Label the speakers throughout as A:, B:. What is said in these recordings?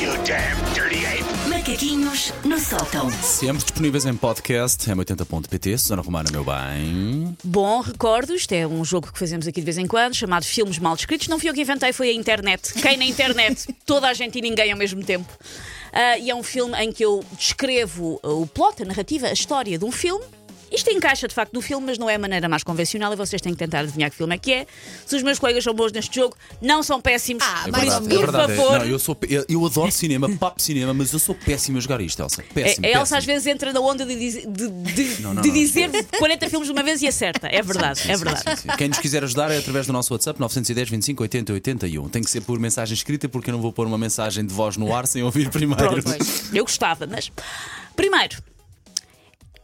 A: you damn dirty ape!
B: Macaquinhos no sótão.
C: Sempre disponíveis em podcast, m80.pt, Susana Romana, meu bem.
D: Bom, recordo, isto é um jogo que fazemos aqui de vez em quando, chamado Filmes Mal Descritos. Não fui eu que inventei, foi a internet. Quem na internet? Toda a gente e ninguém ao mesmo tempo. Ah, e é um filme em que eu descrevo ah, o plot, a narrativa, a história de um filme. Isto encaixa de facto do filme, mas não é a maneira mais convencional e vocês têm que tentar adivinhar que filme é que é. Se os meus colegas são bons neste jogo, não são péssimos.
E: Ah,
D: Por
E: mais
C: É
E: ou menos.
D: por favor.
C: Não, eu, sou, eu, eu adoro cinema, papo cinema, mas eu sou péssimo a jogar isto, Elsa. Péssimo.
D: A É, Elsa
C: péssimo.
D: às vezes entra na onda de, diz- de- de-
C: Não, não,
D: de
C: não.
D: dizer 40 filmes de uma vez e acerta. É verdade, é verdade.
C: Sim, sim. Quem nos quiser ajudar é através do nosso WhatsApp 910 25 80 81. Tem que ser por mensagem escrita, porque eu não vou pôr uma mensagem de voz no ar sem ouvir primeiro.
D: Pronto, eu gostava, mas. Primeiro,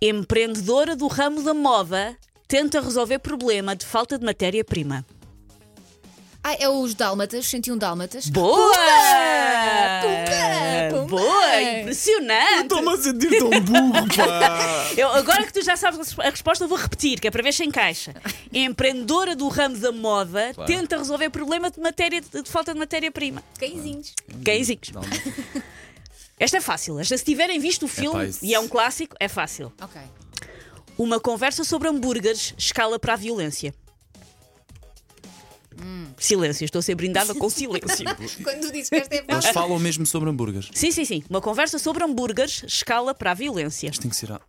D: empreendedora do ramo da moda tenta resolver problema de falta de matéria-prima.
E: Ah, é os Dálmatas, 101 Dálmatas.
D: Boa!
E: Pumba! Pumba!
D: Boa! Impressionante!
C: Estou-me a sentir tão burro, pá!
D: Eu, agora que tu já sabes a resposta, eu vou repetir, que é para ver se encaixa. Empreendedora do ramo da moda
C: Claro.
D: tenta resolver problema de, matéria, de falta de matéria-prima.
E: Cãezinhos.
D: Gayzinhos. Esta é fácil. Esta, se tiverem visto o filme,
C: isso.
D: e é um clássico, é fácil.
E: Ok.
D: Uma conversa sobre hambúrgueres escala para a violência. Silêncio, estou a ser brindada com silêncio.
E: Quando dizes que esta é
C: Eles
E: fácil.
C: falam mesmo sobre hambúrgueres.
D: sim, sim, sim. Uma conversa sobre hambúrgueres escala para a violência.
C: Tem que ser. a-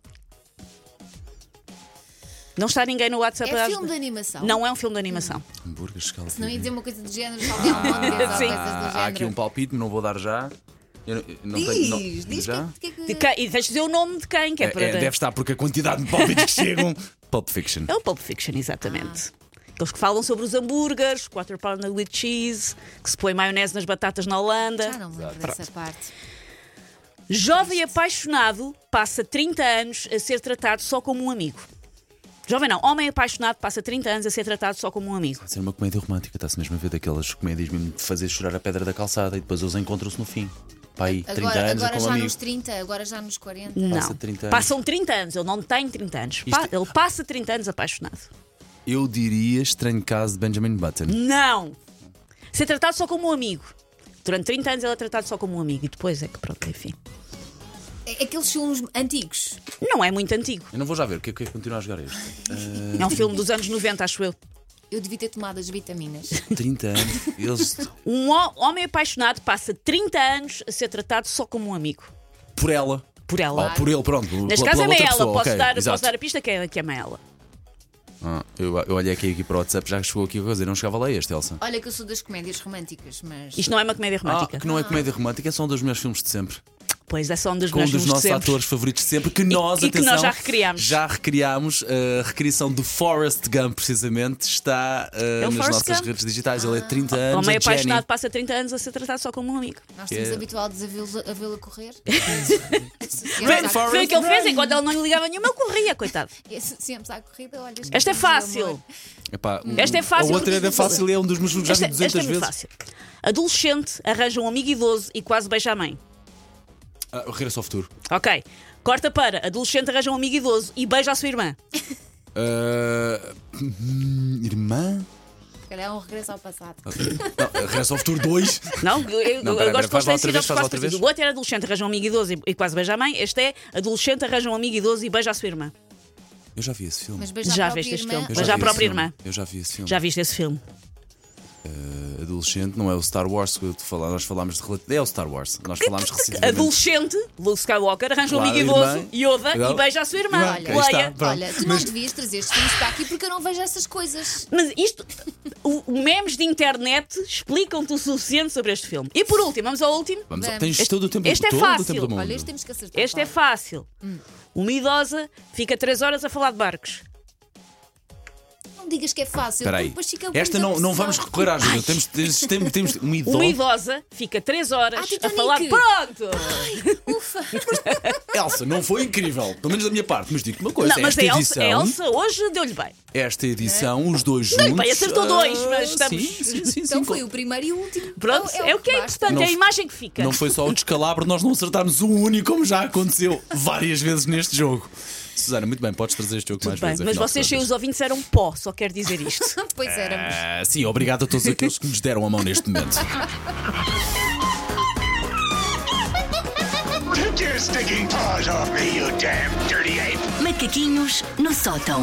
D: Não está ninguém no WhatsApp a
E: É
D: ajudar.
E: filme de animação.
D: Não é um filme de animação.
C: Hambúrgueres, escala.
E: Se não ia dizer uma coisa do género, um talvez alguma coisa ou
D: Sim.
E: coisas do
C: Ah, há aqui um
E: género.
C: palpite, não vou dar já. Eu não, eu não tenho, não-
E: Diz, diz
C: já?
E: que, que,
D: De
E: que...
D: quem- E deixa dizer o nome de quem, que é,
C: É,
D: para.
C: é, deve estar porque a quantidade de palpites que chegam. Pulp Fiction.
D: É o Pulp Fiction, exatamente.
E: Ah.
D: Aqueles que falam sobre os hambúrgueres, quarter pounder with cheese, que se põe maionese nas batatas na Holanda.
E: Já não me lembro dessa parte.
D: Jovem apaixonado passa 30 anos a ser tratado só como um amigo. Jovem não, homem apaixonado passa 30 anos a ser tratado só como um amigo.
C: Pode ser uma comédia romântica, está-se mesmo a ver daquelas comédias mesmo de fazer chorar a pedra da calçada e depois eles encontram-se no fim. Pai, 30
E: Agora,
C: anos
E: agora
C: com
E: já
C: um amigo.
E: nos 30, agora já nos 40.
D: Não.
C: Passa 30 anos.
D: Passam 30 anos, ele não tem 30 anos. Pa-
C: Isto- é-
D: Ele passa 30 anos apaixonado.
C: Eu diria estranho caso de Benjamin Button.
D: Não! Ser tratado só como um amigo. Durante 30 anos ele é tratado só como um amigo e depois é que pronto, enfim.
E: É- Aqueles filmes antigos.
D: Não é muito antigo.
C: Eu não vou já ver, o que é que eu continuo a jogar este? Ah.
D: É um filme dos anos 90, acho eu.
E: Eu devia ter tomado as vitaminas.
C: 30 anos, eles.
D: Um ho- homem apaixonado passa 30 anos a ser tratado só como um amigo.
C: por ela.
D: Por ela.
C: Ou Oh, por ele, pronto.
D: Neste
C: pela,
D: caso
C: pela
D: é
C: outra
D: Maela,
C: pessoa,
D: posso,
C: ok,
D: dar, posso
C: exato.
D: dar a pista que é, que é Maela.
C: Ah, eu, eu olhei aqui, aqui para o WhatsApp, já chegou aqui a coisa, não chegava lá este, Elsa.
E: Olha que eu sou das comédias românticas, mas.
D: Isto não é uma comédia
C: Ah,
D: romântica.
C: que não é comédia romântica, é só um dos meus filmes de sempre.
D: Pois é, só um dos
C: com um
D: meus
C: dos
D: filmes de
C: nossos
D: sempre.
C: atores favoritos de sempre, que nós,
D: e que
C: atenção,
D: nós já recriámos.
C: Já recriámos a recriação do Forrest Gump, precisamente, está uh,
D: É o
C: nas
D: Forrest
C: nossas
D: Gump? Ah. Oh,
C: redes digitais. Ele é 30 anos,
D: Homem
C: a Jenny.
D: apaixonado passa 30 anos a ser tratado só como um amigo.
E: Nós temos
C: É.
E: habituados a vê-lo a, vê-lo correr.
D: Foi,
E: Associamos à-
D: foi o que ele fez enquanto ele não lhe ligava nenhuma, eu corria, coitado.
E: Associamos à corrida, olha.
D: Esta é fácil.
C: Epá, um-
D: Esta é fácil
C: A outra
D: de
C: era
D: resolver.
C: fácil, é um dos meus filmes, já vi
D: Esta,
C: 200
D: esta é muito
C: vezes.
D: fácil. Adolescente arranja um amigo idoso e quase beija a mãe.
C: Ah, o Regresso ao Futuro.
D: Ok. Corta para. Adolescente arranja um amigo idoso e beija a sua irmã.
C: Ah, hum, irmã?
E: Se calhar é um regresso ao passado.
C: Não, Regresso ao Futuro 2.
D: Não, eu, eu-
C: Não,
D: eu
C: pera, pera, faz lá
D: gosto que eles
C: outra
D: tenham
C: vez,
D: sido
C: faz lá
D: aos
C: outra
D: passos.
C: vez.
D: O outro era adolescente, arranja um amigo idoso e, e quase beija a mãe. Este é adolescente, arranja um amigo idoso e beija a sua irmã.
C: Eu já vi esse filme.
E: Mas beijar
D: Já
E: a própria
D: viste este
E: irmã-
D: filme?
C: Eu
D: Mas já a
C: vi esse
D: própria
C: filme.
D: irmã.
C: Eu já vi esse filme.
D: Já viste esse filme?
C: Adolescente, não é o Star Wars que eu te falar, nós falámos de. rela- É o Star Wars, nós falámos recentemente.
D: Adolescente, Luke Skywalker, arranja um
C: Claro,
D: amigo
C: irmã.
D: idoso, Yoda,
C: Legal.
D: e beija a sua irmã.
C: Irmã,
E: cá
D: Leia.
C: está. Pronto.
E: Olha, tu não devias trazer estes filmes para aqui porque eu não vejo essas coisas.
D: Mas isto, o o memes de internet explicam-te o suficiente sobre este filme. E por último, vamos ao último.
C: Vamos,
E: Vamos.
C: tens
D: Este-
C: todo o tempo
D: este é
C: todo
D: fácil.
C: O tempo do mundo.
E: Olha, este temos que acertar.
D: Este é
E: Paulo.
D: fácil. Uma idosa fica 3 horas a falar de barcos.
E: Não digas que é fácil.
C: Espera aí.
E: porque Depois fica
C: Esta não, não vamos recorrer à ajuda. Temos, temos, temos, temos um idoso.
D: Uma idosa fica 3 horas
E: Ah,
D: a falar.
E: Titanic.
D: Pronto!
E: Ufa!
C: Elsa, não foi incrível. Pelo menos da minha parte. Mas digo uma coisa:
D: Não, mas
C: é, esta,
D: a Elsa,
C: edição,
D: a Elsa hoje deu-lhe bem.
C: esta edição, os dois
D: Não,
C: juntos.
D: bem, acertou dois,
C: ah,
D: mas estamos-
C: Sim, sim, sim.
E: É. Então
C: sim,
E: foi o primeiro e o último.
D: Pronto, é, o que é
E: basta.
D: importante,
C: Não
D: é a
C: f-
D: imagem que fica.
C: Não foi só o descalabro, nós não acertámos um único, como já aconteceu várias vezes neste jogo. Susana, muito bem, podes trazer este jogo mais
D: Bem,
C: vezes. é
D: mas
C: afinal de
D: vocês, sem
C: contas.
D: os ouvintes, eram pó, só quero dizer isto.
E: Pois éramos.
C: Ah, sim, obrigado a todos aqueles que nos deram a mão neste momento.
A: your stinking paws off me, you damn dirty ape!
B: Macaquinhos no sótão.